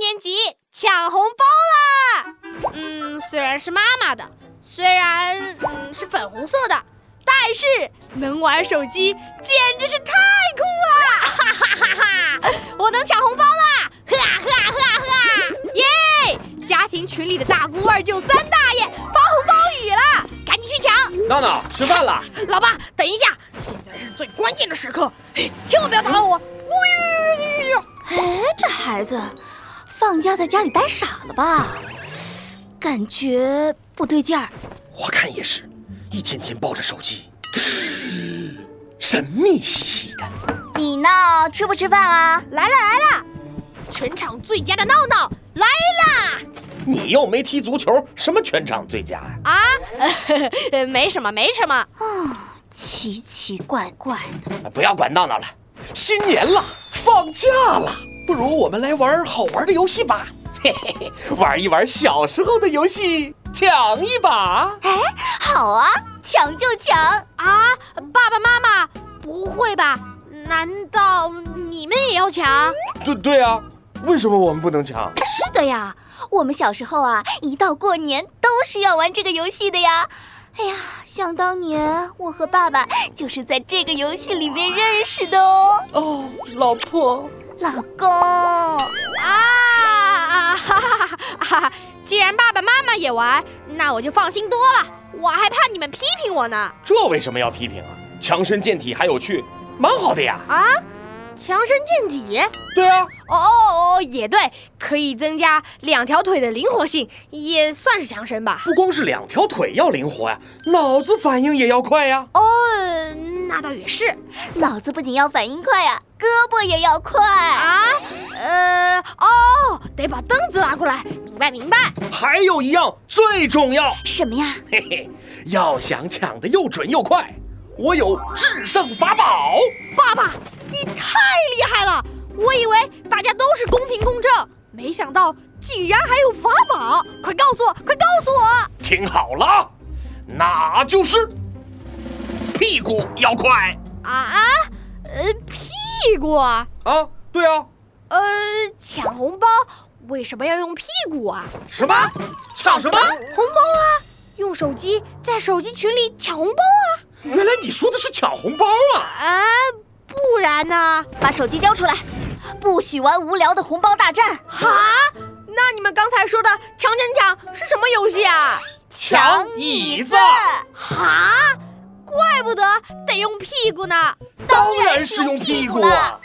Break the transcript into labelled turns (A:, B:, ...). A: 年级抢红包啦！嗯，虽然是妈妈的，虽然嗯是粉红色的，但是能玩手机简直是太酷了！哈哈哈哈！我能抢红包啦！呵啊呵啊呵啊呵啊！耶！家庭群里的大姑二舅三大爷发红包雨了，赶紧去抢！
B: 闹闹，吃饭了。
A: 老爸，等一下，现在是最关键的时刻，嘿千万不要打我！哎呦
C: 哎，这孩子，放假在家里待傻了吧？感觉不对劲儿。
B: 我看也是，一天天抱着手机， 神秘兮兮的。
C: 你呢？吃不吃饭啊？来了来了，
A: 全场最佳的闹闹来啦！
B: 你又没踢足球，什么全场最佳呀、
A: 啊，呃， 没什么，没什么。
C: 哦奇奇怪怪的。
B: 啊？不要管闹闹了，新年了，放假了，不如我们来玩好玩的游戏吧。 嘿嘿嘿，玩一玩小时候的游戏，抢一把。
C: 好啊，抢就抢。
A: 啊，爸爸妈妈，不会吧？难道你们也要抢？
B: 对对啊，为什么我们不能抢？
C: 是的呀，我们小时候啊，一到过年都是要玩这个游戏的呀。哎呀，想当年我和爸爸就是在这个游戏里面认识的哦，
B: 哦，老婆，
C: 老公。
A: 啊啊哈哈哈哈！哈！既然爸爸妈妈也玩，那我就放心多了。我还怕你们批评我呢。
B: 这为什么要批评啊？强身健体还有趣，蛮好的呀。
A: 啊，强身健体？
B: 对啊，
A: 哦哦哦，也对，可以增加两条腿的灵活性，也算是强身吧。
B: 不光是两条腿要灵活呀，脑子反应也要快呀。
A: 哦，那倒也是
C: 脑子不仅要反应快啊，胳膊也要快。
A: 啊。呃，哦，得把凳子拉过来，明白明白。
B: 还有一样最重要，
C: 什么呀？
B: 嘿嘿，要想抢得又准又快，我有制胜法宝。
A: 爸爸，你太厉害了！我以为大家都是公平公正，没想到竟然还有法宝！快告诉我，快告诉我！
B: 听好了啊，那就是屁股要快
A: 啊啊，呃，屁股啊，
B: 啊！对啊，
A: 呃，抢红包为什么要用屁股啊？
B: 什么？抢什么？
A: 红包啊，用手机在手机群里抢红包
B: 原来你说的是抢红包啊！
A: 啊啊，不然呢？
C: 把手机交出来，不许玩无聊的红包大战。
A: 哈，那你们刚才说的抢抢抢是什么游戏啊？
B: 抢椅子
A: 哈，怪不得得用屁股呢。
B: 当然是用屁股啊！